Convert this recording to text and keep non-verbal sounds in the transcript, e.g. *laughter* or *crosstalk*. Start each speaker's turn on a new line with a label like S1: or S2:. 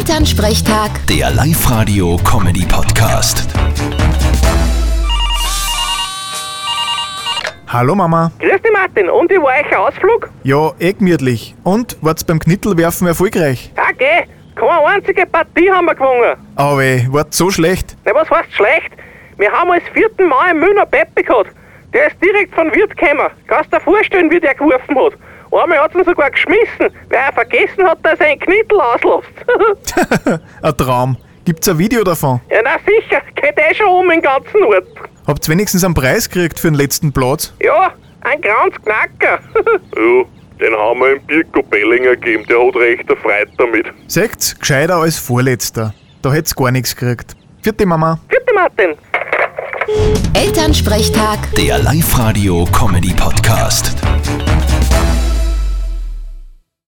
S1: Elternsprechtag,
S2: Der Live-Radio-Comedy-Podcast.
S3: Hallo Mama.
S4: Grüß dich Martin, und ich war euch Ausflug?
S3: Ja, eh gemütlich. Und, wart's beim Knittelwerfen erfolgreich?
S4: Ah, geh, keine einzige Partie haben wir gewonnen.
S3: Aber eh, wart so schlecht.
S4: Na, was heißt schlecht? Wir haben als vierten Mal im Müller Peppi gehabt. Der ist direkt von Wirt gekommen. Kannst dir vorstellen, wie der geworfen hat. Einmal hat ihn sogar geschmissen, weil er vergessen hat, dass er einen Knittel auslässt. *laughs*
S3: Ein Traum. Gibt's ein Video davon?
S4: ja, na sicher, geht eh schon um den ganzen Ort.
S3: Habt's wenigstens einen Preis gekriegt für den letzten Platz?
S4: Ja, ein *laughs* Kranzknacker.
S5: Ja, den haben wir im Birko Bellinger gegeben, der hat recht erfreut damit.
S3: Seht's, gescheiter als Vorletzter. Da hätt's gar nichts gekriegt. Vierte Mama.
S4: Vierte Martin.
S1: Elternsprechtag.
S2: Der Live-Radio-Comedy-Podcast.